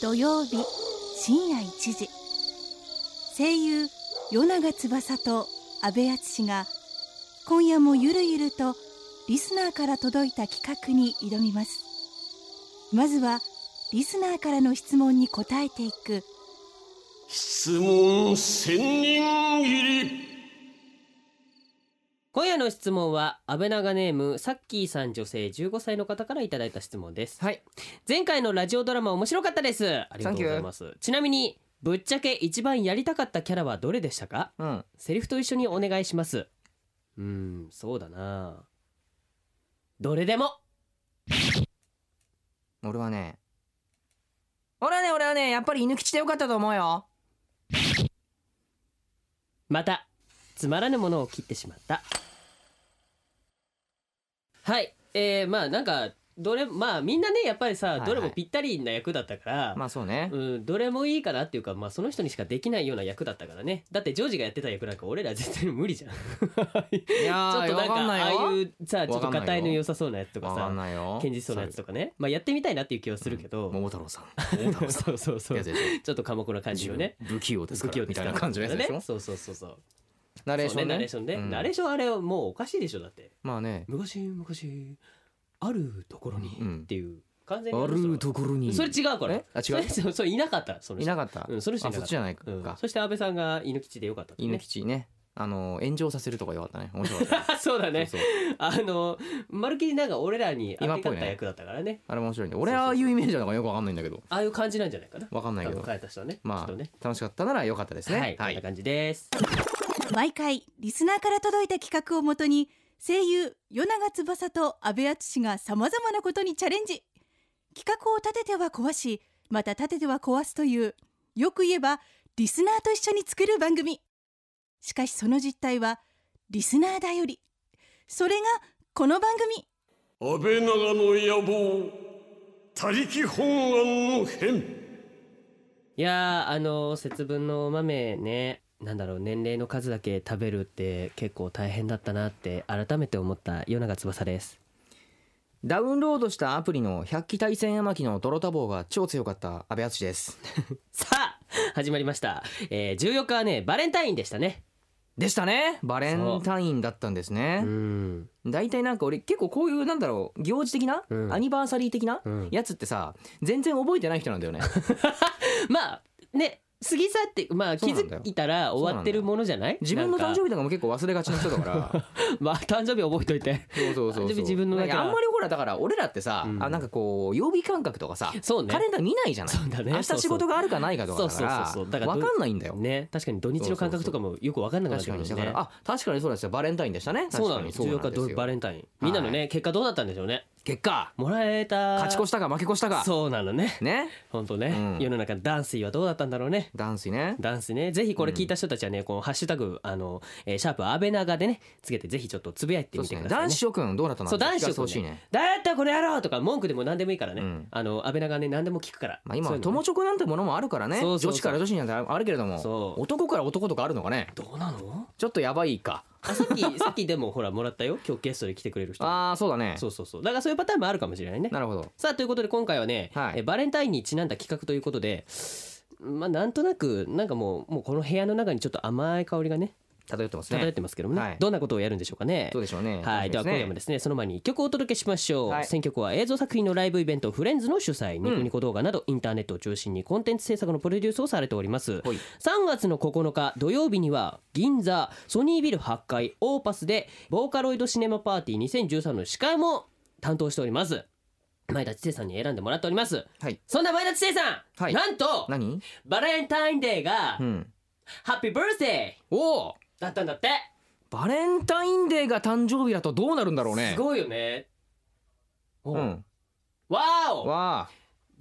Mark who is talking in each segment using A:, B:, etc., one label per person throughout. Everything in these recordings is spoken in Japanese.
A: 土曜日深夜1時声優与永翼と阿部淳が今夜もゆるゆるとリスナーから届いた企画に挑みますまずはリスナーからの質問に答えていく
B: 質問千人切り
C: 今夜の質問は安倍長ネームサッキーさん女性15歳の方からいただいた質問です
D: はい
C: 前回のラジオドラマ面白かったですありがとうございますちなみにぶっちゃけ一番やりたかったキャラはどれでしたか
D: うん
C: セリフと一緒にお願いしますうーんそうだなどれでも
D: 俺はね俺はね俺はねやっぱり犬吉でよかったと思うよ
C: またつまらぬものを切ってしまったはいえー、まあなんかどれまあみんなねやっぱりさ、
D: はいはい
C: どれもぴったりな役だったから、
D: まあそうね
C: うん、どれもいいかなっていうか、まあ、その人にしかできないような役だったからねだってジョージがやってた役なんか俺ら絶対無理じ ゃん
D: いや
C: ちょっ
D: ー
C: と
D: わ
C: なん
D: かん
C: か
D: ない
C: ああい
D: よ
C: うさちょっと硬いの良さそうなやつとか
D: わかん
C: さ
D: ないよ
C: 堅実そうなやつとかね、まあ、やってみたいなっていう気はするけど、
D: 桃太 郎さん桃太郎さん
C: そうそうそう
D: やつ
C: ち
D: でしょ
C: ょっと寡黙な感じのね
D: 不器用ですか
C: 不器用
D: ら
C: で
D: み
C: す
D: た
C: から
D: いな感じのやつでしょ
C: そうそうそうそう
D: ナレーシ
C: そうね
D: ョン
C: ナレ
D: ね
C: ーションね、
D: うん
C: ナレーションあれはもうおかしいでしょだって
D: まあね
C: 昔昔あるところに、
D: うん
C: っていう完全に
D: あ
C: れそれ
D: るところに
C: それ違うから
D: えあ違 う
C: それそれいなかったその人
D: いなかった
C: うんその人い
D: あ
C: な
D: そ
C: かった
D: っちじゃないうか
C: ん、そして安倍さんが犬吉でよかった、ね、
D: 犬吉ねあの炎上させるとかよかったね面白かったね
C: そうだ ね
D: そうそう
C: あのまるっきりなんか俺らに当てかった役だったからね
D: あれ面白いね俺はああいうイメージなのかよくわかんないんだけど
C: ああいう感じなんじゃないかな
D: わかんないけ
C: 多
D: ど
C: 分変えた人はねき
D: ま
C: っとね
D: あ楽しかったならよかったですね
C: はい、こんな感じです
A: 毎回リスナーから届いた企画をもとに声優与永翼と阿部淳がさまざまなことにチャレンジ企画を立てては壊しまた立てては壊すというよく言えばリスナーと一緒に作る番組しかしその実態はリスナーだよりそれがこの番組
B: 安倍長の野望他力本願の変
C: いやーあの節分のお豆ねなんだろう年齢の数だけ食べるって結構大変だったなって改めて思った与永翼です
D: ダウンロードしたアプリの百鬼対戦天城の泥多棒が超強かった安倍敦です
C: さあ始まりました、えー、14日はねバレンタインでしたね
D: でしたねバレンタインだったんです
C: う
D: ね
C: ん
D: 大体なんか俺結構こういうなんだろう行事的な、
C: うん
D: アニバーサリー的な
C: うん
D: やつってさ全然覚えてない人な んだよね
C: まあね過ぎ去ってまあ
D: そう
C: 気
D: なんだ
C: づ
D: よ
C: いたら終わってるものじゃない
D: 自分の誕生
C: 日
D: 日とかも結構忘れがちな人だから
C: まあ誕生日覚えとい て
D: そうそうそうそう
C: 誕生日自分のだ
D: なん
C: から
D: かあんまりほらだから俺らってさ、
C: うん
D: あなんかこう曜日感覚とかさ、
C: そうね
D: カレンダー見ないじゃない
C: そうだね
D: 明日仕事があるかないかとかだから
C: そうそうそうそうだからど
D: 分
C: う
D: かんないんだよ
C: ね確かに土日の感覚とかもよく分かんなくなっ
D: 確
C: て
D: か
C: くる
D: に
C: よ
D: だか
C: ね
D: らあ確かにそうですよバレンタインでしたね
C: そうな
D: 確か
C: の
D: にそう
C: 14
D: な
C: 日
D: んです
C: ど
D: よ
C: バレンタインみんなの
D: は
C: ね結果どうだったんでしょうね
D: 結果
C: もらえた
D: 勝ち越したか負け越したか
C: そうなのね
D: ね
C: 本当ね、
D: うん
C: 世の中ダンスはどうだったんだろうね
D: ダンスね
C: ダンスねぜひこれ聞いた人たちはね、このハッシュタグあの、えーシャープ安倍長でねつけてぜひちょっとつぶやいて
D: そう
C: み
D: です
C: てく
D: ね
C: ださい
D: 男
C: ね
D: 子諸君どうなったの
C: そう男子
D: 聞かせて
C: を
D: ほしい
C: ね
D: ね
C: 「だったこれやろ!」とか文句でも何でもいいからね、
D: うん
C: あの安倍長ね何でも聞くから、
D: まあ今
C: そう
D: は
C: いうのね
D: 友チョコなんてものもあるからね
C: そうそうそう
D: 女子から女子になんてあるけれども
C: そう
D: 男から男とかあるのかね
C: どうなの
D: ちょっとやばいか
C: あさっき さっきでもほらもらったよ今日ゲストで来てくれる人
D: あーそうだね
C: そうそうそうだからそういうパターンもあるかもしれないね
D: なるほど
C: さあということで今回はね、
D: はい
C: えバレンタインにちなんだ企画ということでまあなんとなくなんかもうもうこの部屋の中にちょっと甘い香りがね
D: 漂ってます
C: 漂っ
D: ね
C: てますけどもね、
D: はい
C: どんなことをやるんでしょうかね
D: どうでしょうね
C: はい、では
D: 楽しみ
C: 今夜もですねその前に一曲をお届けしましょう、
D: はい
C: 選曲は映像作品のライブイベント「フレンズ」の主催ニコニコ動画などインターネットを中心にコンテンツ制作のプロデュースをされております、
D: ほい
C: 3月の9日土曜日には銀座ソニービル8階オーパスでボーカロイドシネマパーティー2013の司会も担当しております前田知世さんに選んでもらっております
D: はい
C: そんな前田知世さん、
D: はい
C: なんと
D: 何
C: バレンタインデーが
D: うん
C: ハッピーバースデー
D: おお
C: だったんだって
D: バレンタインデーが誕生日だとどうなるんだろうね
C: すごいよねおう
D: うん
C: わーお
D: わあ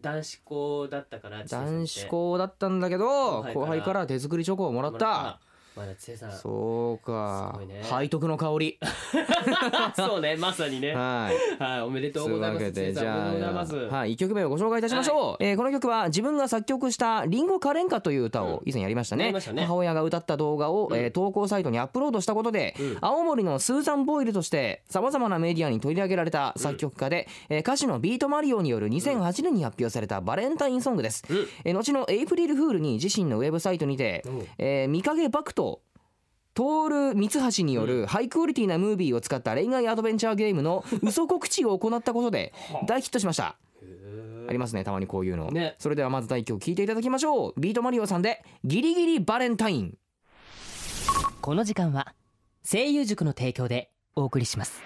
C: 男子校だったから
D: 男子校だったんだけど
C: 後輩から
D: 後輩から手作りチョコをもらった
C: 前田知世さん そ
D: そうか
C: すごいね
D: 背徳の香り
C: うねまさにねは
D: はい
C: いおめでと
D: そうう
C: ご
D: いう
C: ざい
D: わ
C: ま
D: け
C: す
D: で
C: 知世
D: じ
C: さんおめで
D: ゃ
C: とうござい
D: あ
C: ます
D: はい一曲目をご紹介いたしましょう、えーこの曲は自分が作曲した「リンゴカレンカ」という歌を以前やりました
C: や
D: ね,、
C: りましたね
D: 母親が歌った動画を、えー投稿サイトにアップロードしたことで、
C: うん
D: 青森のスーザン・ボイルとしてさまざまなメディアに取り上げられた作曲家で、えー歌手のビート・マリオによる2008年に発表されたバレンタインソングです、
C: うん
D: えー後のエイプリルフールに自身のウェブサイトにて
C: おう
D: 「えー見影バクト」トール・ミツハシによるハイクオリティなムービーを使った恋愛アドベンチャーゲームの嘘告知を行ったこ とで大ヒットしました。ありますねたまにこういうの、
C: ね
D: それではまず第一曲聴いていただきましょうビートマリオさんで「ギリギリバレンタイン
E: この時間は声優塾の提供でお送りします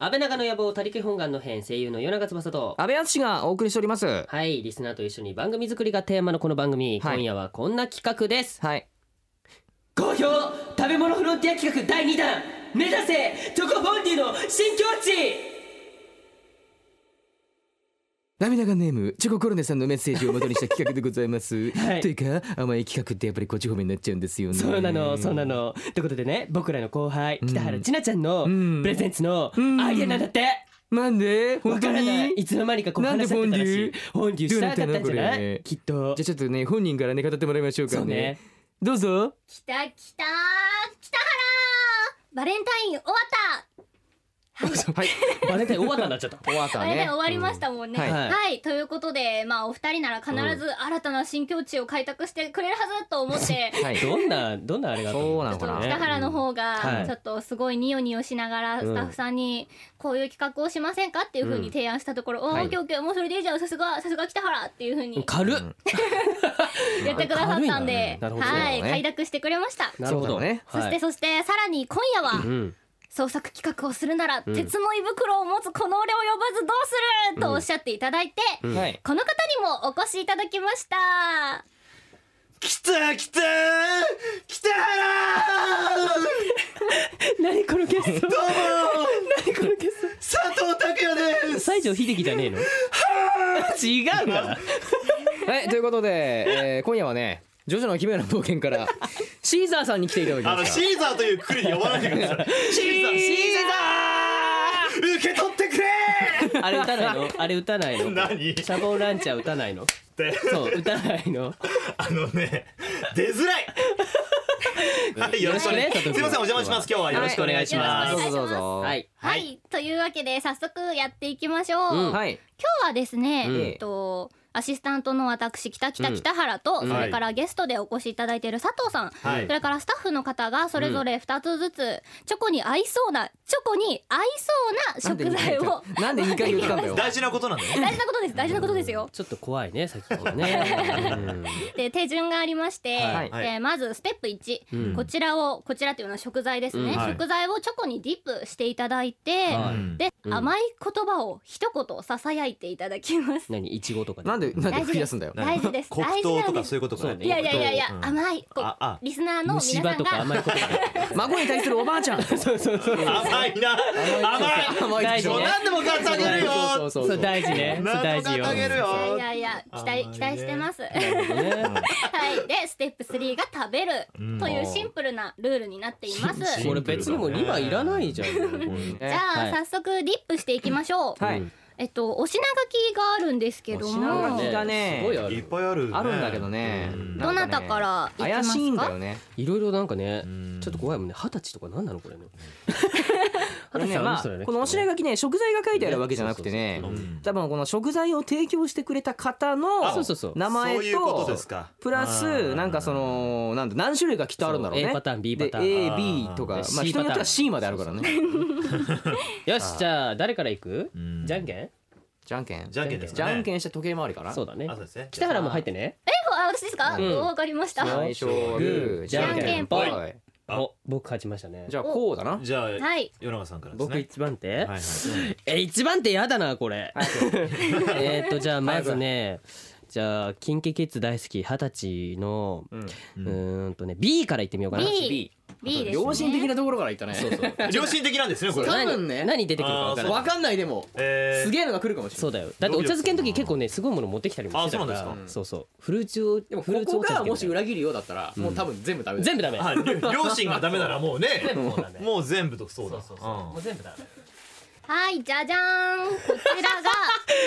C: 安倍長の野望他力本願の編声優の与永翼」と
D: 安倍淳がお送りしております
C: はいリスナーと一緒に番組作りがテーマのこの番組、
D: はい
C: 今夜はこんな企画です
D: はい
C: 好評食べ物フロンティア企画第2弾目指せチョコボンディの新境地
D: 涙がネームチョココロネさんのメッセージを元にした企画でございます、
C: はい
D: というか甘い企画ってやっぱりこっち方面になっちゃうんですよね
C: そうなのそうなのということでね僕らの後輩北原千奈ちゃんの
D: うん
C: プレゼンツの
D: ん
C: アイデアなんだって
D: なんで
C: わ
D: 本
C: か
D: 当
C: らない
D: に
C: いつの間にかこう
D: なんで
C: 話し合ってたらしい
D: フォ
C: フォ
D: ン
C: ン
D: デ
C: デュ
D: ュどう
C: し
D: な
C: た
D: っ
C: か
D: た
C: っ
D: の
C: たんじゃな
D: これ
C: いきっと
D: じゃあちょっとね本人からね語ってもらいましょうか
C: そうね
D: どうぞ
F: きたきた北原バレンタイン終わった
D: はい
C: バレンタイン終わったんだちょっと
D: 終わった
F: バ
D: ね
F: レンタイン終わりましたもんね、
D: はい
F: はい、ということでまあお二人なら必ず新たな新境地を開拓してくれるはずと思って、
D: うんはい
C: どんなどんなあれがあった
D: そうなの
F: ち
D: か
F: ょっ
D: な
F: と北原の方
C: は
F: が
C: い
F: ちょっとすごいニヨニヨしながらスタッフさんにこういう企画をしませんかっていうふうに提案したところ、お
D: は
F: ー
D: い
F: オッケーオッケーもうそれでいいじゃんさすがさすが北原っていうふうに
C: 軽っ、
D: うん
F: やってくださったんで、
C: 軽いななるほど
F: はい、
D: そうだね
F: 快諾してくれました
C: なるほ
D: そう
C: ど
D: だね
F: そしてそしてさらに今夜は、
C: うん
F: 創作企画をするなら、
C: ん
F: 鉄の胃袋を持つこの俺を呼ばずどうするとおっしゃっていただいて、
C: うん
D: はい
F: この方にもお越しいただきました
B: きたきた北原
C: 何このゲ スト
B: どうも
C: 何このゲスト
B: 佐藤拓也です
C: 西城秀樹じゃねえの違うから
D: はい、ということで、えー、今夜はね、ジョジョの奇妙な冒 険から、シーザーさんに来ていただき
B: あの
D: ました。
B: シーザーというくりに呼ばないでください シーザーシーザー受け取ってくれ
C: あれ打たないのあれ打たないの
B: 何
C: シャボンランチャー打たないの
B: って
C: そう打たないの
B: あのね出づらい はいよろしくね
C: よろしく
B: すい
C: ね佐藤君
B: ませんお邪魔します今日はよろしくお願いしま
F: はい
B: す
F: よろ
D: どう
F: しくお願いします
D: ぞどうぞ。
C: は。い
F: はい、というわけで早速やっていきましょう、
C: うん
F: 今
D: はい。
F: 日はですね、
D: うん
F: えっとアシスタントの私北北北原と、
B: ん
F: それからゲストでお越しいただいている佐藤さん、
B: はい
F: それからスタッフの方がそれぞれ2つずつ、チョコに合いそうなチョコに合いそうな食材を
D: なんで二回言ったんだよ。
B: 大事なことなんだよね
F: 大事なことです大事なことですよ
C: ちょっと怖いねさっきから ね
F: で手順がありまして、
D: はい
B: はい
F: でまずステップ1、
C: うん
F: こちらをこちらというのは食材ですね、
C: うん
B: はい
F: 食材をチョコにディップしていただいて、
C: は
B: う
C: い
B: ん
F: で、
C: うん
F: 甘い言葉を一言ささやいていただきます
C: 何いちごとか
D: なんで、なんで
F: 大事
D: 吹き
F: で
D: 出
F: す
D: すんだよ。
F: 大事です
B: 黒
F: 大事
B: 糖
F: な
B: と
F: んで
B: か
F: す
B: そういうことか
C: そうね
F: いやいやいやいや、
B: うん
F: 甘いこ
B: ああ
F: うリスナーの
C: 虫
F: 皆
C: 歯
F: さ
C: と
F: ん
C: か
F: が
C: 甘いことか
D: 孫に対するおばあちゃん。
C: そうそうそう
B: 甘いな甘い
C: 大事
B: そう
C: ね
B: 何でも買ってあげるよ
D: そうそう
C: そ
D: そうう。
C: 大事ねそう
B: 何でも買
C: 大事
B: っ
C: よ
B: てあげるよ
F: いやいや期
B: 甘いね
F: 待期待してます はい
C: ね
F: でステップ3が食べるというシンプルなルールになっています、
D: シン
C: これ別にもう2枚いらないじゃん
F: じゃあ、
C: はい
F: 早速ディップしていきましょう、
D: はい。
F: えっとお品書きがあるんですけども
D: お品書きがね
C: すごいあ
B: いっ
C: る
B: ぱいあるね
D: あるんだけどね
B: う。ん
F: どなたから
D: なんね
F: 行き
D: 怪
F: ますか
D: しいんだよね。
C: いろいろなんかね
B: ん
C: ちょっと怖いもんね二十歳とかなんなのこれね
D: これね、
C: あ
D: まあ、このお品
C: が
D: 書きね、食材が書いてあるわけじゃなくてね
C: そうそう。
B: うん
D: 多分この食材を提供してくれた方の
C: そうそうそう
D: 名
B: そう
D: 前
B: いうこと
D: と
B: ですか
D: プラ
B: あ
D: ス
B: ー
D: なんかそのなんだ何種類かきっとあるんだろうね。
C: そう A パターン B パターン
D: で
B: あ
D: A、
B: ー
D: B とか、まあ
C: C
D: 人によっては C まであるから
C: パタ
D: ね。
C: よしじゃあ誰から行く
B: うん
C: じゃんけん
D: じゃんけん。
B: じゃんけんです
D: じ
B: かね
D: ゃんけんして時計回りかな。
C: そうだね
B: あそうですね
C: 北原も入ってね
F: えあ私ですか、
D: うん
F: わかりました
D: 最
F: は
D: 初はグー、じゃんけんぽい。
B: あ
C: お僕勝ちましたね
D: じゃあこうだな。
B: じゃあ
F: い
B: 与永さんからです
C: 僕
B: ね
C: 一番手
B: はいはい
C: え一番手やだなこれえーっとじゃあまずねじゃあキンキキッズ大好き二十歳の
D: うん
C: うーんとね B からいってみようかな
F: B B ですね
D: 良心的なところからいったね
G: 良心的なんですねこれ
D: 多分ね
C: 何出てくるかわからない
D: わかんないでも
G: え
D: すげえのが来るかもしれ
C: そ
D: な
C: う
D: い
C: だよだってお茶漬けの時結構ねすごいもの持ってきたりもしてたから
G: あそうなんで
C: そうそうフルーツを
D: でも
C: フルーツ
D: ここ
C: お茶
D: がも
C: 漬
D: し
C: けみ
D: 裏切るようだったらもう多分全部食べ
C: たいな
D: る
C: 全部ダメ
G: ーはいりょ両親がダメならもうね
C: そうだね
G: もう全部とそうだうん
C: う全部ダメ
F: はいじゃじゃーんこちら が、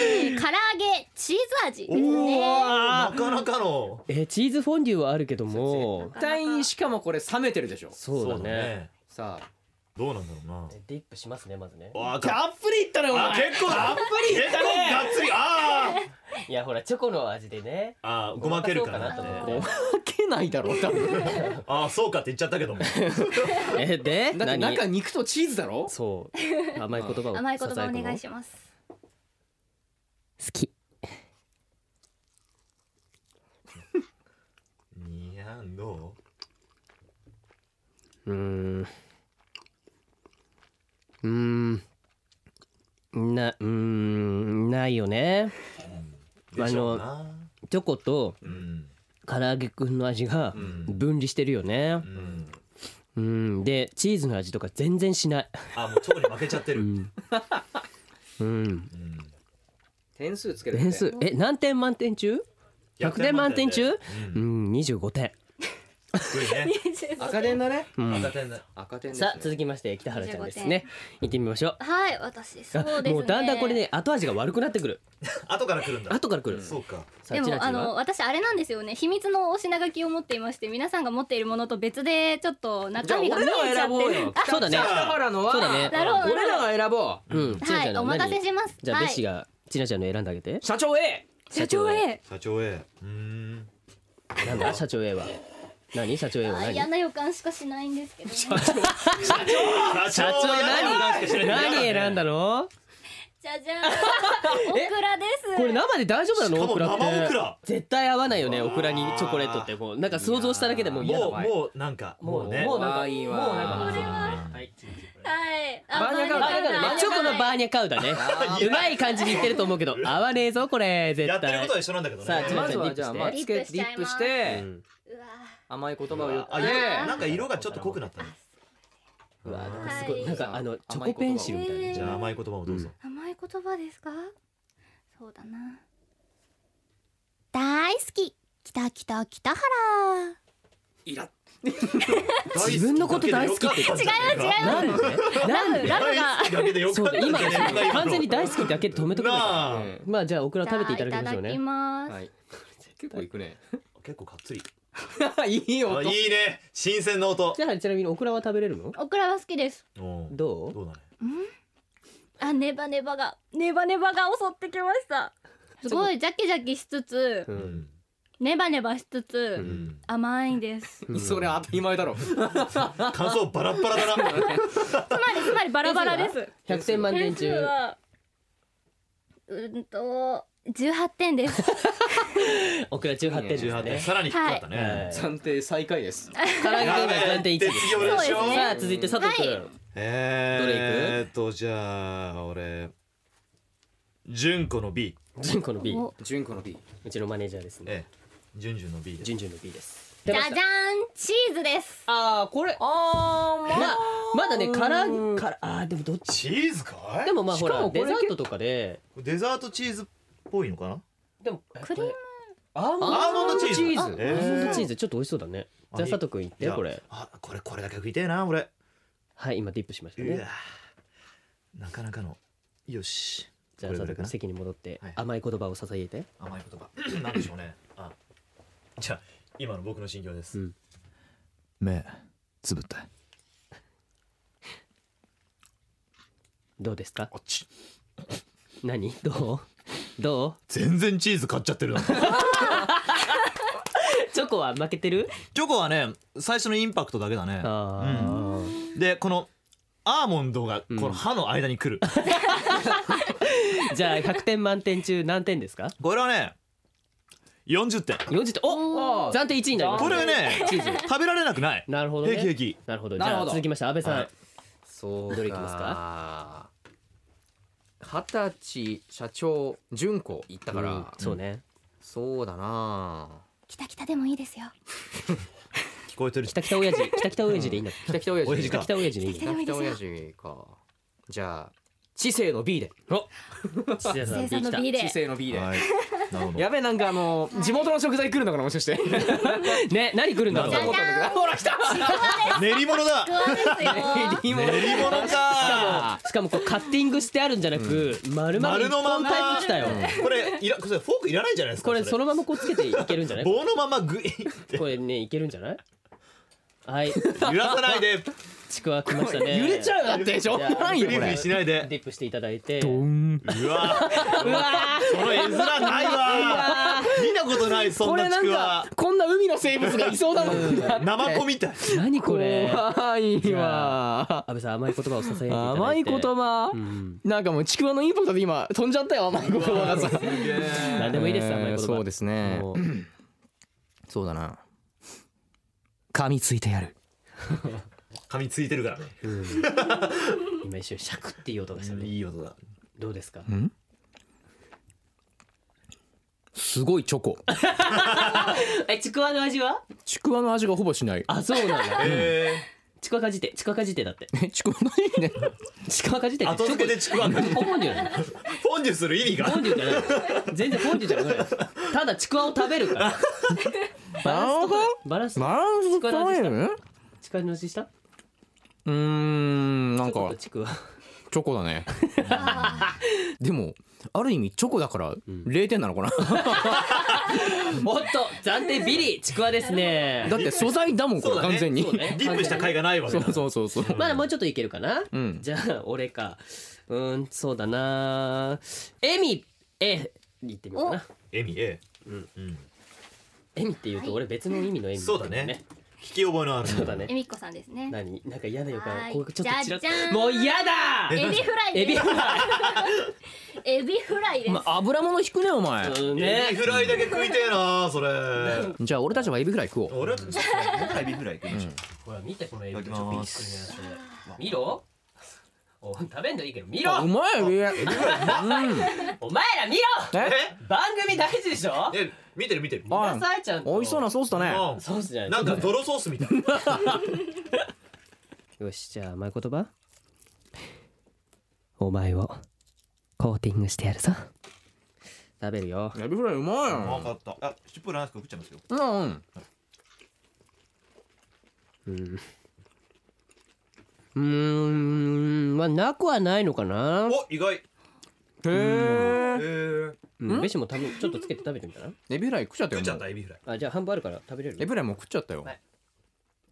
F: えー唐揚げチーズ味です
G: お
F: ね
G: ーなかなかの
C: えーチーズフォンデュはあるけども
D: 絶対にしかもこれ冷めてるでしょ
C: そうだね
D: さあ
G: どうなんだろうな
C: ディップしますねまずね
G: わか
D: たっぷりいったねお
G: あ
D: 前
G: 結構たっぷり結構がっつりあー
C: いやほらチョコの味でね
G: あーごまけるかなと
C: ご
G: 思
C: ま
G: って
C: かそうかなと思って
D: 負けないだろ う多分
G: ああそうかって言っちゃったけども
C: えで
D: だって
C: 何
D: 中肉とチーズだろ
C: そう甘い言葉を
F: 甘い言葉お願い
C: す
F: します
E: 好き
G: いやど
E: うーんうーんなうーんないよね
G: うでしょうな
E: チョコと
G: うん
E: 唐揚げくんの味が分離してるよね
G: う
E: う
G: ん
E: んでチーズの味とか全然しない
G: あーもうチョコに負けちゃってる
E: うん
G: うん
D: 点数つける
E: 点数え何点満点中100点満点中う
G: う
E: ん
G: ん
E: 25点
G: 低いね
D: 赤点だね
G: 赤点だ
D: 赤点です
C: さあ
D: ね
C: 続きまして北原ちゃんですね行ってみましょう
F: はい私そうですね
C: もうだんだんこれね後味が悪くなってくる
G: 後から来るんだ
C: 後から来る
G: そうか
C: さ
F: で
C: ちら
F: も
C: ちら
F: あの
C: は
F: 私あれなんですよね秘密のお品書きを持っていまして皆さんが持っているものと別でちょっと
D: じゃ
F: 中
D: あ
F: 身が見
D: 俺
F: え
D: らが
F: ちゃっ
D: 選ぼう
F: てる
D: よ
C: そうだね
D: 北原のは
C: そうだね
F: なるほど
D: 俺らが選ぼう
C: うんちな
F: は
C: ちゃん
F: い
C: の
F: お任せ
C: 何
F: します
C: じゃあ
F: は
C: ベ
F: い
C: ッシーがちなちゃんの選んであげて
D: 社長 A
F: 社長 A
G: 社長へうーん
C: なんだ社長 A は何社長 A は
F: あ
C: 何
F: 嫌な予感しかしないんですけどね
G: 社
C: 社長何何選んだの
F: じゃ じゃーんオクラです
C: これ生で大丈夫なの
G: しかも
C: オクラって
G: 生オクラ
C: 絶対合わないよねオクラにチョコレートってもうなんか想像しただけでもう嫌だ
G: もう
C: わ
G: もうなんかもうね
C: もうなん
D: あ
C: か
D: あいい
C: もう
D: わ
C: なんか
F: これは
C: はい次次
F: はいあ
D: バーニャカウダ
F: バーニャカウダ
C: チョコのバーニャカウ ダねうまい感じに言ってると思うけど合わねえぞこれ絶対
G: やってることは一緒なんだけどね
C: さあちな
D: まずはじゃあまあつけ
F: ディップしち
D: ディ
F: ゃ
D: ッ
F: い
D: プ
F: ま
D: し
F: す
D: て
C: うん
F: うわ
D: 甘い言葉を言っ
G: あ
D: て
G: なんか色がちょっと濃くなったね
C: うわなんかす
F: ー
C: ごいなんかあのチョコペンシルみたいな
F: え
G: じゃあ甘い言葉をどうぞ
F: 甘い言葉ですかそうだな大好ききたきたきたは
D: イラッ
G: 自分のこと大好きって違う違
C: なんで なんで
F: ラブが
G: だけでよか
C: そ
G: っ
C: う
G: た
C: だ今
G: じゃねえかの
C: 完全に大好きだけで止めとく
G: な
C: な
G: あ
D: うん
C: まあじゃあオクラ食べていただきましょう
F: いただ
C: ね
F: きます、
D: はい結構いくね
G: 結構かっつり
D: い い
G: あ
D: よ
G: いいね新鮮な音
C: じゃあちなみにオクラは食べれるの
F: オクラは好きです
G: うん
C: どう
G: どうだね
F: あネバネバがネバネバが襲ってきましたすごいジャキジャキしつつ
C: う
G: うんん
F: ネバネバしつつ、
G: うん
F: 甘いんです
D: それは当たり前だろ
G: 感想バラッバラ だな
F: つまりつまりバラバラです
C: 100点満点
F: 点数
C: 中
F: はうんと18点です
C: オクラ18点です
G: 18点
C: ね
G: さらに低かったね
D: 暫定最下位です
C: 唐揚げが今暫定1位 で
G: です次俺でしょ
F: そうですね
C: さあ続いて佐藤君、
F: はい
G: えーっとじゃあ俺純子の B
C: ジュンコの B
F: お
D: 純子の B
C: うちのマネージャーですね
G: ええ純々の B です
C: ジュンジュンの B です
F: じゃじゃんチーズです
C: ああこれ
D: あ
C: まあまだね唐揚げからあーでもどっち
G: チーズか
C: でもまあほ
D: しからもこれ
C: デザートとかで
G: デザートチーズっぽいのかな
C: でも
F: クリーム
C: アーモン
G: アーモンドチーズ
C: アーモンドチーズ
G: えー
C: アーモンドチーズちょっと美味しそうだねじゃあ佐藤君いって
G: じゃあ
C: これ
G: あこれこれだけ食いてえな俺
C: はい今ディップしました
G: うわ
C: ね
G: なかなかのよし
C: じゃ
G: こ
C: あ
G: れ
C: 佐
G: ぐらいか
C: 藤君
G: な
C: 席に戻って
G: はい
C: 甘い言葉を捧げて
G: 甘い言葉 なんでしょうねあじゃあ今の僕の心境です、
C: うん
G: 目つぶった
C: どうですか
G: あっち
C: 何どうど
G: 全然チーズ買っちゃってるな チ
C: うチョコは負けてる
G: ョコはね最初のインパクトだけだね
C: あ
G: でこのアーモンドがこ
C: ん
G: の歯の間に来る、
C: ーじゃあ100点満点中何点ですか
G: これはね40点
C: 40点お暫定1位になります
G: これはね
C: チーズ
G: 食べられなくない
C: なるほどね
G: 平気平気
C: なるほどじ
D: なる
C: ゃ
D: ほ
C: あ
D: ど
C: 続きまして安倍さん、
G: はい
D: そう
C: どれいきます
D: か二十歳社長純子行ったから、
C: そうね
D: そうだな
F: きたきたでもいいですよ
G: 聞こえてる
C: 北北親父北北親父でいいんだ
D: 北北親父
G: 親父
C: 北
G: か
C: 北親父でいいんだ
A: 北
D: 北親父かじゃあ知性の B で
C: 生
F: 生産の B で
D: 知性の B で、
G: はいなるほど
D: やべなんかあの地元の食材来るのかなもしかして
C: ね何来るんだろう
D: と思ったんだけどあほら来た
G: 練り物だ
F: 不安ですよ
D: いいもの
G: 練り物か
C: しかもこうカッティングしてあるんじゃなく、丸々
G: 丸
C: 一
G: のま
C: 本
G: ま
C: タイプきたよ、
G: これいらこれフォークいらないんじゃないですか
C: これそのままこうつけていけるんじゃない
G: 棒のままグイって
C: これねいけるんじゃないはい
G: 揺らさないで
C: ちくわ来ましたね
D: 揺れちゃうだってしょうがないよ
G: フリフリ
D: これ
G: しないで
C: ディップしていただいて
G: うわ
C: うわ
G: その絵面ないわ見たことないそ
D: こ
G: ん
D: れ
G: な
D: な
G: ちく
D: ん
G: わ
D: かこんな海の生物がいそうだもんな
G: ナマコみたい
C: ー何これ
D: 怖いわ
C: 安倍さん甘い言葉を支えていただいて
D: 甘い言葉、
C: うん
D: なんかもうちくわのインパクトで今飛んじゃったよ甘い言葉がさ
C: 何でもいいです甘い言葉
D: そうですね
C: もう
D: そうだな噛みついてやる
G: 髪ついてるからね
C: 今一瞬シャクっていう音がしたね
G: いい音だ
C: どうですか
D: すごいチョコ
C: えちくわの味は
D: ちくわの味がほぼしない
C: あそうなんだ
G: え
C: ちくわかじってちくわかじってだって
D: えちくわない ね
C: ちくわかじって
G: ー
C: って
G: 後付けでちくわフ
C: フォンデュじゃない
G: ォンデュする意味が
C: フォンデュじゃない全然フォンデュじゃないただちくわを食べるから
D: なるほど
C: バランス
D: バランス取れる
C: ちくわの味した
D: うーんなん
C: ちょっと
D: か
C: ちくわ
D: チョコだ ねでもある意味チョコだから0点なの かな
C: おっと暫定ビリちくわですね
D: だって素材だもんこれ
G: そうだね
D: 完全に
C: そうね
G: ディップした甲斐がないわけ
D: そ
G: だ
D: うそうそうそう
C: まだもうちょっといけるかな、
D: ん
C: じゃあ俺かうーんそうだなエミえに行ってみようかな
G: エミ A
C: エミって言うと俺別の意味のエミ、
G: そうだね聞き覚えのある
C: そうだね
F: えみっこさんですね
C: 何なんか嫌な予
F: はー
C: 感
F: い
C: こうちょっとちらっ
F: じゃじゃーん
C: もう嫌だ
F: エビフライ
C: エビ
F: です
C: フラ
F: エビフライです
D: ま油物引くねお前
C: イ
G: エビ
C: ね
G: フライだけ食いてえなそれ
D: じゃあ俺たちはエビフライ食おう
G: 俺はちょっと僕らエビフライ食いましょう
C: ほら見てこのエビ
G: いた
C: ち
G: だき
C: ょっとびっ
G: ま
C: くり
G: す
C: なやつ見ろお食べんのいいけど見
D: あ う
C: ろ
D: まいエビ
C: お
D: うん
C: 前ら見ろ
D: え
C: 番組大事でしょ
G: え見てる見てる
D: あ
C: なさいちゃんと
D: 美味し そうなソースだね
G: うん
C: そうっすじゃな
G: な
C: い
G: んか泥ソースみたいな
C: よしじゃあ甘い言葉お前をコーティングしてやるぞ食べるよ
D: エビフライうまい
G: 分
D: よ
G: かったあ、シップランスか食っちゃいますよ
D: うんうん
C: うーんまあなくはないのかな
G: お、意外
D: へえ
G: え
C: うん飯も食べちょっとつけて食べてみたら
D: エビフライ食っちゃった
G: 食っ
D: よ
G: ちゃっ
D: も
G: た
D: う
G: エビフライ
C: あじゃあ半分あるから食べれる
D: エビフライもう食っちゃったよ
C: はい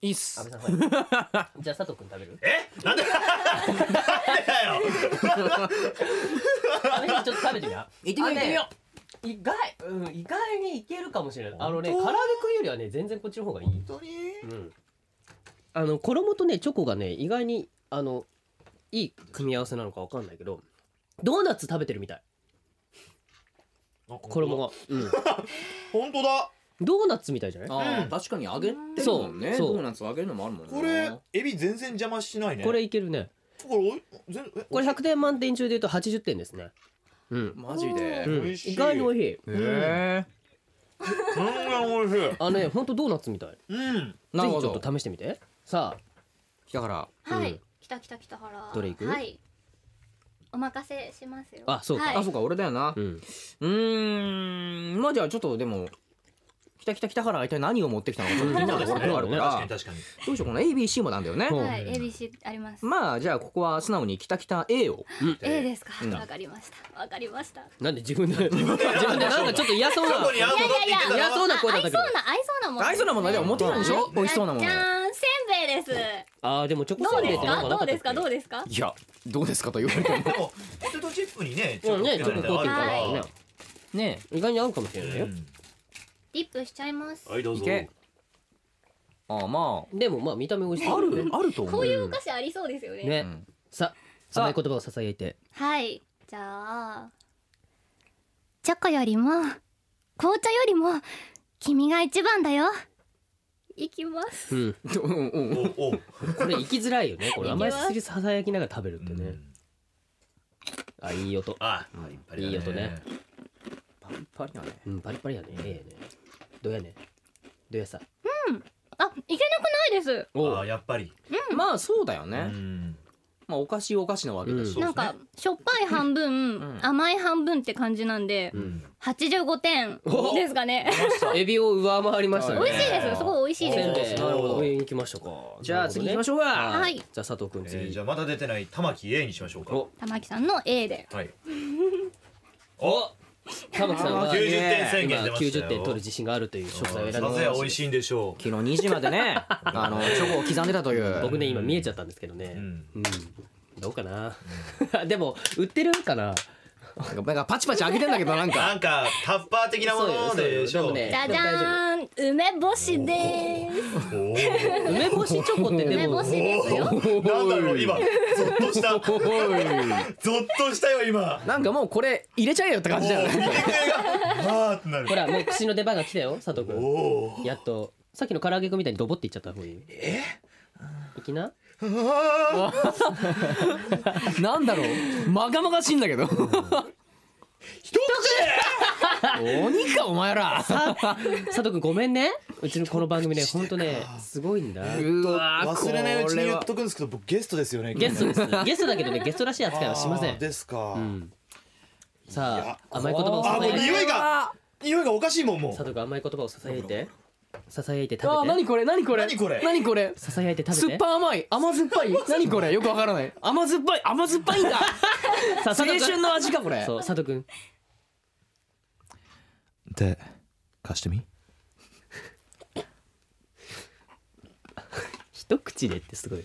D: いいっ
C: 安
D: す
C: 倍さんはいじゃあ佐藤君食べる
G: えなんでなんでだよ
C: 安倍さんちょっと食べてみな行って
D: みよう行ってみよ
C: う意外、うん、意外にいけるかもしれないあのね唐揚げくんよりはね全然こっちの方がいい
G: 本当に
C: うんあの衣とねチョコがね意外にあのいい組み合わせなのかわかんないけどドーナツ食べてるみたい衣が、うん、
G: 本当だ
C: ドーナツみたいじゃない
D: あー確かに揚げてるもんね
C: そうそう
D: ドーナツ揚げるのもあるもんね
G: これエビ全然邪魔しないね
C: これいけるね
G: これおい全え
C: これ100点満点中で言うと80点ですねうん、
D: マジ
C: う
D: で
C: ん、
G: 美味しい
C: 意外に美味しい
D: へえ
G: 全然美味しい
C: あのねほんとドーナツみたいぜ
G: うん
C: ひ
D: なるほ
C: ちょっ
D: ど
C: と試してみてさあ
D: だから
F: は
C: うん
F: い来た来た来た原
C: どれ行く
F: はいお任せしますよ
C: あそうか
F: はい
D: あそうか俺だよな
C: うん
D: うーんまあじゃあちょっとでも北北北原は一体何を持ってきたのかちょっと気になるところがあ
C: う
D: るか
C: ん
D: ら
G: 確かに確かに
D: どうしようこの ABC もなんだよね
C: うん
F: はい ABC あります
D: まあじゃあここは素直に北北 A を
F: A ですか
D: うん
F: わかりましたわかりました
C: なんで自分で自分でなんかちょっと嫌そう
G: ど
C: な
G: こに合うのって言ってた
C: いやいやいや
G: な
C: そうな声だったけど
F: あ合いそうな合いそうなもの
D: 合いそうなものでも持ってきたんでしょ
F: はい
D: 美味しそうなもの
F: じゃじゃーんせんべいです
C: あーでもチョコ
F: ど
C: サ
F: う
C: ンデ
F: で
C: ーって
F: す
C: なんか
F: か
C: な
F: ど
C: かった
F: うで
C: っ
F: すか
C: け
F: どうですか
D: いやどうですかと言われても
G: でもポテトチップにねちょ
C: う
G: っ
C: ん
G: と
C: ねちょっとコーティング
F: か
C: からね
G: は
D: ね
C: 意外に合うかもしれないよ、
F: ディップしちゃいます
G: いどう
D: いけああま
C: でもまあ見た目美味しい
D: ああるあると
F: こ
D: 思
F: う
D: う
F: いうお菓子ありそうですよね
C: ね、
D: ん
C: さ
D: さ
C: 甘い言葉をささやいて
F: はいじゃあチョコよりも紅茶よりも君が一番だよいきます
C: うん
D: うんうんうん
G: おお
C: これ行きづらいよねこれ
F: 行き
C: 甘
F: ま
C: い
F: す
C: すりささやきながら食べるってね、あいい音
G: あ
C: いい音ね
D: パリパリだね
C: うんパリパリやねええねどうやねどうやさ
F: あ、いけなくないです。
G: ああやっぱり、
D: まあそうだよね、
G: うん
D: まあお菓子お菓子なわけだし、
C: そう
F: なんかしょっぱい半分、
D: ん
F: 甘い半分って感じなんで、85点ですかね。
C: エビを上回りましたね。
F: 美味しいです。すごい美味しい
C: せん
F: で
C: べ
F: す。
C: い
G: なるほど
C: 上に行きましたか。
D: じゃあ次行きまし
C: ょ
D: ょう
C: う
D: か、
C: か
F: はい
C: じゃあ佐藤君
G: えー
C: 次。
G: じゃあまだ出てない玉木 A にしましょうか
C: お
F: 玉木さんの A で。
G: はい
C: お、玉木さん
D: あ
C: が
D: ー
G: 90
D: いいね
G: 点宣言出
C: 今
G: ましたよ
C: 90点取る自信があるという食材を選んで
G: な
C: ま
G: ぜ
C: す
G: 美味しいんでしょ
D: 昨日2時までねあのチョコを刻んでたという
C: 僕ね今見えちゃったんですけどね。
G: う、うん、
C: うん。どうかな。 でも売ってるかな。
D: なんかパチパチ開けてんだけどなん
G: な
D: か
G: んかタッパー的なものでし
C: そう
G: ょ
C: よそうよでもね
F: じゃじゃーん、梅干しです。
G: おー
C: 梅干しチョコってで
F: 梅
C: も
F: 干しですよ。
G: なんだろう今ゾッとしたゾッとしたよ今
D: なんかもうこれ入れちゃえよって感じだよね
G: あーってなる
C: ほらもう口の出番が来たよ佐藤君。
G: おー
C: やっとさっきの唐揚げくんみたいにドボっていっちゃった方がいい。え？いきな。
G: あー
D: なんだろうまがまがしいんだけど
G: 一
D: 鬼かお前ら
C: 佐藤君ごめんね。うちのこの番組ね本当ねすごいんだ。
D: う
G: 口
D: わ
G: 忘れないうちに言っ
D: こと
G: くんですけど僕ゲストですよね
C: ゲストです。ゲストだけどねゲストらしい扱いはしませ
G: あー
C: ん。
G: ですか、
C: うん。さあ甘い言葉をさ
G: あ
C: さ
G: もう
C: やいて
G: 匂いが匂いがおかしいもんも
C: 佐
G: う
C: 藤君甘い言葉をささやいてささやいて
D: れは
C: 食
D: あ
C: べ
D: 何
C: て
D: これ何これ
G: 何これ
D: 何これ
C: ささやいて食
D: 酸
C: べ。
D: ってぱ甘い甘酸っぱい何これよくわからない甘酸っぱい甘酸っぱいんだ
C: さあ
D: 青
C: 佐藤
D: 春
C: 君。
D: の味かこれ
C: そう佐藤君。
G: で貸してみ
C: 一口でってすごい。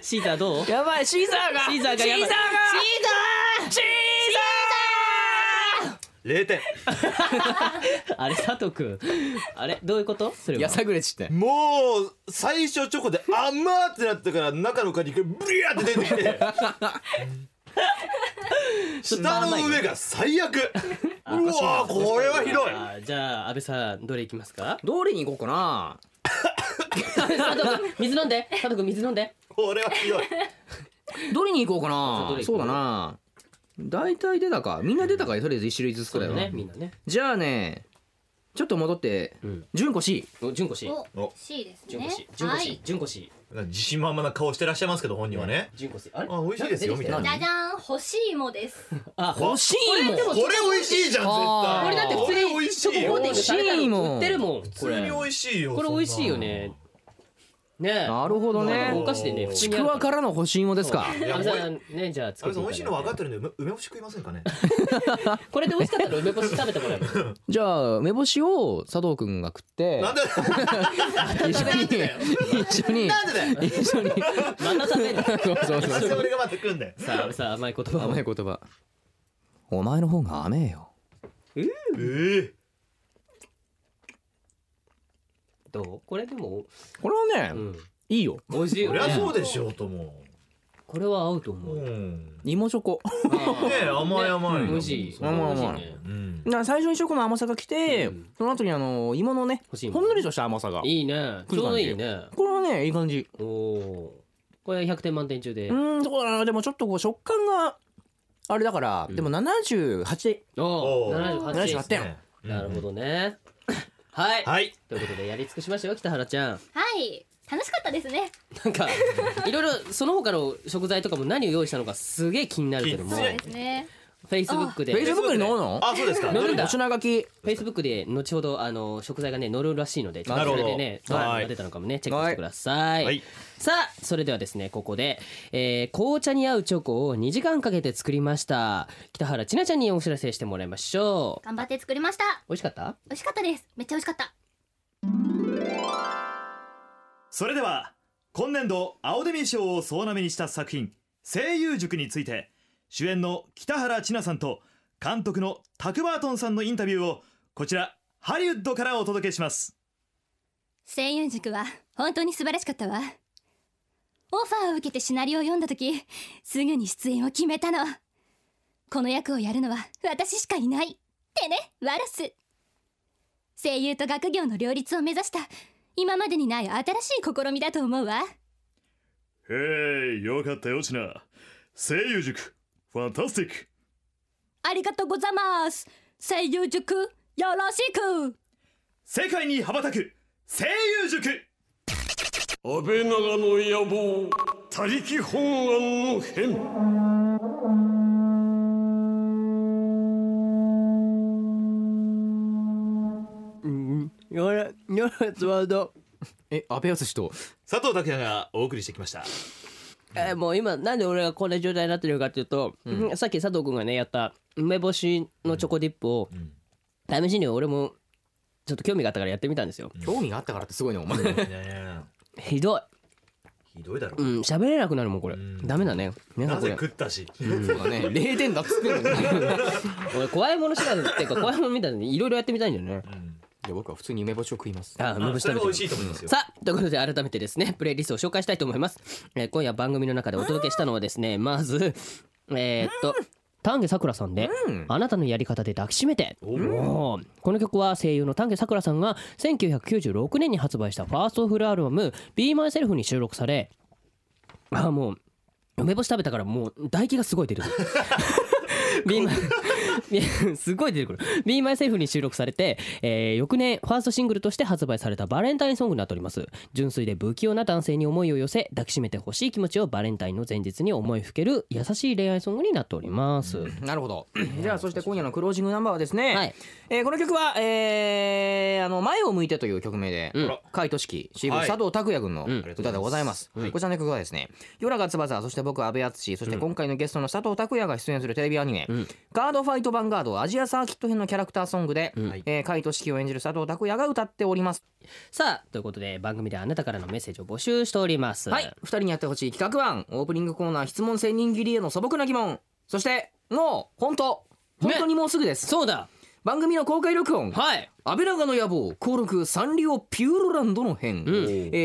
C: シーザーどう？
D: やばいシーザーが
C: シーザーがやばい
D: シーザーがシーザー
G: 0点
C: あれ佐藤君。あれどういうこと？それ
D: いや
C: は。
D: さぐれちって
G: もう最初チョコで甘ーってなったから中の果肉がブリャーって出てき て下の上が最悪うわーこれはひどい
C: あーじゃあ安倍さんどれいきますか？
D: どれに行こうかな
C: 佐藤君水飲んで。佐藤君水飲んで。
G: これはひどい
D: どれに行こうか
C: そうど
D: な
C: れ
D: そ
C: 行
D: う
C: こう
D: だな大体出たかみんな出たかとりあえず一種類ずつくらいは
C: ねみんなね。
D: じゃあねちょっと戻って
C: うん。
D: 純子 C
C: お純子氏。
G: お
F: お、C です
C: 純
F: ね
C: 子氏。。純
F: は
C: 子
F: い。
C: 氏。
F: じ
C: 純子氏。
G: 自信満々な顔してらっしゃいますけど本人はね
C: 純子氏。あれ？
G: あ美味しいですよみたい
F: ゃ
G: な
F: じゃーん、欲しいも です。
C: あ
D: 欲しいもん
G: これ美味しいじゃん絶
D: あー
G: 対
C: これだって普通
G: これ美
C: に
G: 味し
C: チョ
G: い
C: ココーティン
G: よ
C: グされた
D: 美味しいも
C: の
D: ん
C: 売ってるもん。こ
G: 普通に美味しいよ
C: これ美味しいよね。ねえ。
D: なるほど
C: なんかお
D: ね
C: 菓子でね。普通
D: ち
C: にあ
D: く
C: る
D: わからの干し芋ですか
G: いや
C: 安
G: もう
C: 倍さんねじゃあ
G: 安部
C: 作って
G: さん美味しいの分かっててるんで梅梅干し食いませんかね
C: これで美味しかったら梅干し食べてもらえばい
D: じゃあ梅干しを佐藤くんが食って
G: なんで
D: 一緒に一緒に
G: なんでだよ
D: 一緒に
C: いまた食べんのさ
D: そうそう
G: な
D: そ
G: ん
D: う
G: で俺が待ってくんだよ
C: あ安倍さん甘い言葉を
D: 甘い言葉お前の方が甘えよ
G: えー
C: どうこれでも
D: これは
C: う
D: ね、
C: ん
D: いいよ
C: 美味しい
G: そ
C: よ
G: り
C: ね
G: ゃそうでしょうとも
C: これは合うと思
G: う
C: うん
D: 芋チョ コ
G: ねえ甘い甘い
C: 美味しい
D: 甘い甘い
C: 美味しね
G: うん
D: だから最初にチョコの甘さが来て、
C: うん
D: その後にあの芋のね
C: 欲しいも
D: ほ
C: ん
D: んのりとした甘さが
C: いいねちょうどいいね
D: これはねいい感じ
C: おおーこれ100点満点中で
D: うーんそうだなでもちょっとこう食感があれだから、
C: ん
D: でも78
C: おお
G: おー
C: 78点
D: 78点
G: ね
C: なるほどねはい
G: はい
C: ということでやり尽くしましたよ北原ちゃん
F: はい。楽しかったですね。
C: な んかいろいろその他の食材とかも何を用意したのかすげえ気になるけども
G: 気
C: フ
G: にな
F: ですね。
C: ェイスブックで
D: フェイスブックに載るの
G: あそうですか
C: 載るんだ
D: お品書き
C: フェイスブックで後ほどあの食材がね載るらしいのでちょっと
G: なる
C: そ
G: ほど
C: れでねどんなのが出たのかもねチェックしてください、
G: はい
C: さあそれではですねここで、えー紅茶に合うチョコを2時間かけて作りました北原千奈ちゃんにお知らせしてもらいましょう
F: 頑張って作りました。
C: 美味しかった
F: 美味しかったです。めっちゃ美味しかった。
H: それでは今年度青デミー賞を総なめにした作品「声優塾」について主演の北原千奈さんと監督のタクバートンさんのインタビューをこちらハリウッドからお届けします
F: 声優塾は本当に素晴らしかったわ。オファーを受けてシナリオを読んだ時、すぐに出演を決めたの。この役をやるのは私しかいない。ってね、ワラス。声優と学業の両立を目指した、今までにない新しい試みだと思うわ。
H: へえよかったよ千奈声優塾ファンタスティック
F: ありがとうございます。声優塾、よろしく
I: 世界に羽ばたく声優塾
J: 安倍長の野望他力本願の変
C: 夜、夜つわど。
D: え安倍康と
G: 佐藤拓也がお送りしてきました
C: えーもう今なんで俺がこんな状態になってるかっていうと、さっき佐藤君がねやった梅干しのチョコディップを、試しに俺もちょっと興味があったからやってみたんですよ、
D: 興味があったからってすごいねお前
G: いやいや
C: ひどい
G: ひどいだろ
C: うん喋れなくなるもんこれ、ダメだね皆
G: なん
C: さこ
G: ぜ
C: れ
G: 食ったし
D: そうだね0点だ っつってんのに
C: 俺怖いもの知らずっていうか怖いものみたいにいろいろやってみたいんだよね、
D: で僕は普通に梅干しを食います
C: ああ梅干し
G: それが美
C: 食
G: 味し
C: べてる
G: いと思いますよ
C: さあということで改めてですねプレイリストを紹介したいと思います、えー今夜番組の中でお届けしたのはですねまずえーっと丹下さくらさんで、あなたのやり方で抱きしめて」おーこの曲は声優の丹下さくらさんが1996年に発売したファーストフルアルバム「BeMyself」に収録されあーもう梅干し食べたからもう唾液がすごい 出てくる。ビーマいや すごい出てくる「BeMyself」に収録されて、えー翌年ファーストシングルとして発売されたバレンタインソングになっております純粋で不器用な男性に思いを寄せ抱きしめてほしい気持ちをバレンタインの前日に思いふける優しい恋愛ソングになっております、
D: なるほどじゃあそして今夜のクロージングナンバーはですね、
C: はい
D: えーこの曲は、えーあの「前を向いて」という曲名で、
C: ん
D: 甲斐俊樹 CV
G: はい
D: 佐藤拓也君の
C: ん
D: 歌でございます、こちらの曲はですね与良が翼そして僕阿部淳そして今回のゲストの佐藤拓也が出演するテレビアニメ「ガードファイトヴァンガードアジアサーキット編」のキャラクターソングで、えー甲斐俊樹を演じる佐藤拓也が歌っております
C: さあということで番組ではあなたからのメッセージを募集しております
D: はい、2人にやってほしい企画案オープニングコーナー質問千人切りへの素朴な疑問そしてもう本当本当にもうすぐです、
C: そうだ
D: 番組の公開録音
C: はい
D: 安倍長の野望公録サンリオピューロランドの編、え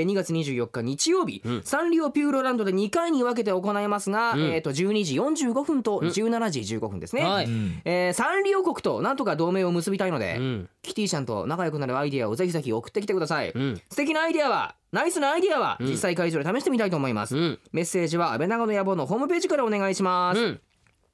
D: ー2月24日日曜日、サンリオピューロランドで2回に分けて行いますが、えー、と12時45分と17時15分ですね、
C: はい
D: えーサンリオ国となんとか同盟を結びたいので、
C: うん
D: キティちゃんと仲良くなるアイディアをぜひぜひ送ってきてください、
C: ん
D: 素敵なアイディアはナイスなアイディアは実際会場で試してみたいと思います、
C: うん
D: メッセージは安倍長の野望のホームページからお願いします、
C: うん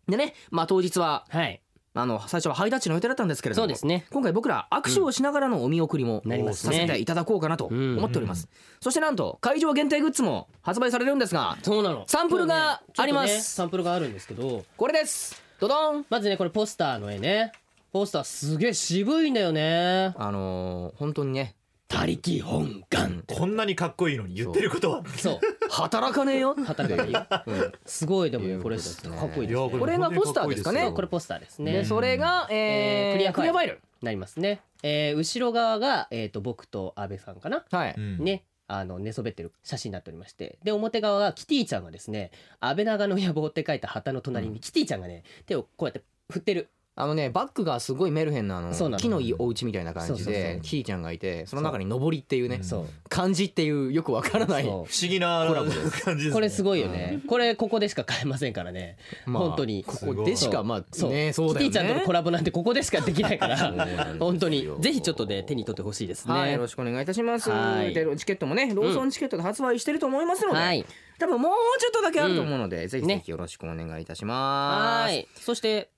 D: でね、まあ、当日は
C: はい
D: あの最初はハイタッチの予定だったんですけれども
C: そうですね
D: 今回僕ら握手をしながらのお見送りも
C: なります
D: さ
C: ね
D: せていただこうかなと思っております、そしてなんと会場限定グッズも発売されるんですが
C: そうなの
D: サンプルが
C: 今日ね
D: あります
C: ちょっとねサンプルがあるんですけど
D: これですドドン
C: まずねこれポスターの絵ねポスターすげえ渋いんだよね
D: あのー、本当にね
C: 他力本願
G: こんなにかっこいいのに言ってることは
C: そう
D: 働かねえよ
C: 働かないすごいでもこれかっこいいですね
D: これがポスターですかね
C: これポスターです
D: で
C: ね
D: それが、えー
C: えークリアファイル
D: ファイル
C: なりますねえー後ろ側がえーと僕と安倍さんかな
D: はい、
C: ねあの寝そべってる写真になっておりましてで表側がキティちゃんがですね「安倍長の野望」って書いた旗の隣にキティちゃんがね手をこうやって振ってる
D: あのねバックがすごいメルヘンなあの
C: そうなの
D: 木のいいお家みたいな感じ
C: そうそう
D: で
C: そう
D: キーちゃんがいてその中に上りっていうね
C: そう
D: 漢字っていうよくわからない
C: そう
G: 不思議な感じですね
C: これすごいよねこれここでしか買えませんからね
D: まあ
C: 本当に
D: ここでしかまあ
C: そう
D: ねそうだ
C: キ
D: よね
C: ティちゃんとのコラボなんてここでしかできないから
D: なんですよ
C: 本当にぜひちょっとね手に取ってほしいですね、
D: はい、よろしくお願いいたします。
C: はい
D: で、チケットもね、ローソンチケットで発売してると思いますので、
C: はい
D: 多分もうちょっとだけあると思うので、ぜひぜ
C: ね
D: ひよろしくお願いいたしま
C: は
D: す。
C: いそして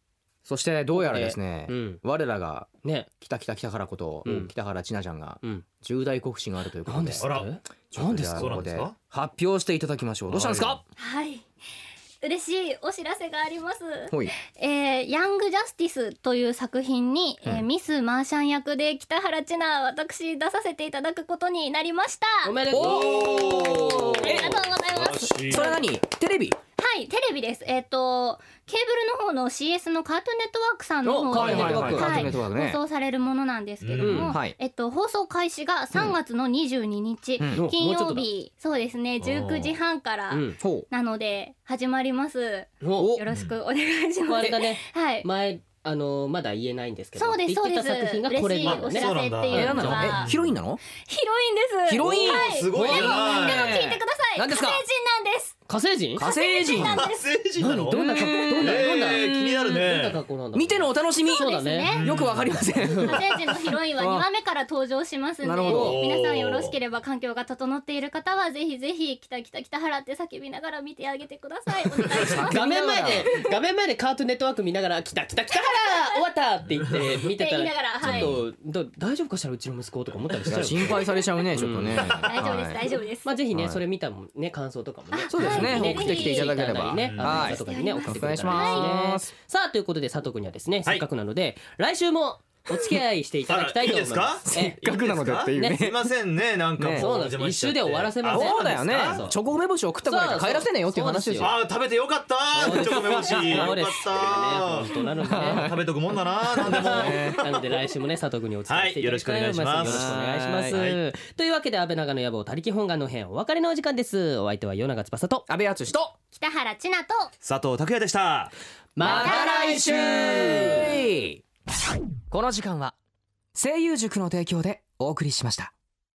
D: そしてどうやらですね、
C: うん
D: 我らが
C: ね
D: 北北北原こと、
C: うん
D: 北原千奈ちゃんが
C: うん
D: 重大告知があるということで、
C: です
G: あら
D: ちょっと
C: なんです
D: じゃあ
G: か
D: ここで
G: そうなんですか
D: 発表していただきましょう。どうしたんですか？
F: はい嬉しいお知らせがあります
D: ほい。
F: えーヤングジャスティスという作品に、えーミス・マーシャン役で北原千奈私出させていただくことになりました
C: お
F: あ
C: めでとう
D: お
F: りがとうございます
G: 素晴らしい
D: それは何？テレビ？
F: はいテレビですえっ、とケーブルの方の CS のカートゥーンネットワークさんの
C: お
F: 方
C: カー
F: で
C: トゥーンネットワーク
D: カートゥーンネットワークね
F: 放送されるものなんですけども、
D: うんはい
F: えっと、放送開始が3月の22日、
D: うん
F: 金
C: もう
F: 曜
C: ちょ
F: 日そうですね19時半から
C: うん
D: ほう。
F: なので始まります
C: お
F: よろしくお願いし
C: あ
F: ます
C: れだね
F: はい
C: 前あのまだ言えないんですけど
F: そうです
C: っ
F: そう
C: て言
F: で
C: っ
F: す
C: てた作品がこれ
F: 嬉しい
C: なの
F: お知
C: ね
F: らせって
G: え
D: え、
F: い
D: な
F: うん
D: な
F: の
D: の？
F: が
D: え、ヒロインなの？
F: ヒロインです
D: ヒロイン
F: はい
G: すごい
F: でも
G: じゃない
F: でも聞いてください
D: 何ですか
F: 火星人なんです
C: 火星人
D: 火星人
F: なんです
G: 成人なの
C: 何どんな格好どんなどんな
G: えー気になる
C: どんな
G: ね
C: 格好なんだろう
D: 見てのお楽しみ
C: そうだ
F: です
C: ね
F: ね
D: よくわかりません
F: 火星人のヒロインは2話目から登場しますんで
D: なるほど
F: 皆さんよろしければ環境が整っている方はぜひぜひ「きたきたきたはら」って叫びながら見てあげてくださいお願いしま す
C: 画面前で画面前でカートゥーンネットワーク見ながら来た来た来たから終わったって言って見てた
F: って言い
C: ら
F: ながらはい
C: ちょっとだ大丈夫かしらうちの息子とか思ったりし
D: い
C: ちゃ
D: や
C: う
D: 心配されちゃうねちょっとね
F: 大丈夫です、
D: はい
F: 大丈夫です、
C: まあぜひね、
D: はい
C: それ見たもんね感想とかもね
F: あ
D: そうですね
F: はい
D: 送ってきていただければ
C: いね、
D: は
C: はいい、とかにね
F: お
C: 送っ
F: 願
C: てくれた
D: お願いし
C: ら
D: ま
C: ですすねさあということで佐藤君にはですね、
G: はい
C: せっかくなので来週もお付き合いしていただきたいと思います
G: あらいい
C: え
G: ですか
D: せっかくなのでっていうね
G: いいですかすいませんねなんかも
D: ね
G: う
C: そうなんです
G: 邪魔しちゃって
C: 一周で終わらせません
G: あ
D: そ
G: そうう
D: だ
G: なん
D: よ
G: で
D: ね
G: すか
C: そう
D: チョコ梅干し送ったこないから帰らせねえよっていう話ですよ
G: あー食べてよかったチョコメモシー
C: そう
G: よ
C: で
G: かっ
C: す
G: た
C: 本当なのでね
G: 食べとくもんだななん でも
C: なので来週もね佐藤君にお伝えしていただきたいと思います、
G: はい
C: よ
G: よ
C: ろ
G: ろ
C: し
G: し
C: く
G: く
C: お
G: お
C: 願
G: 願い
C: いし
G: し
C: ま
G: ますす
C: というわけで安倍長の野望他力本願の編お別れのお時間ですお相手は夜長翼と
D: 安倍敦史と
F: 北原千奈と
G: 佐藤拓也でした
C: また来週
D: この時間は声優塾の提供でお送りしました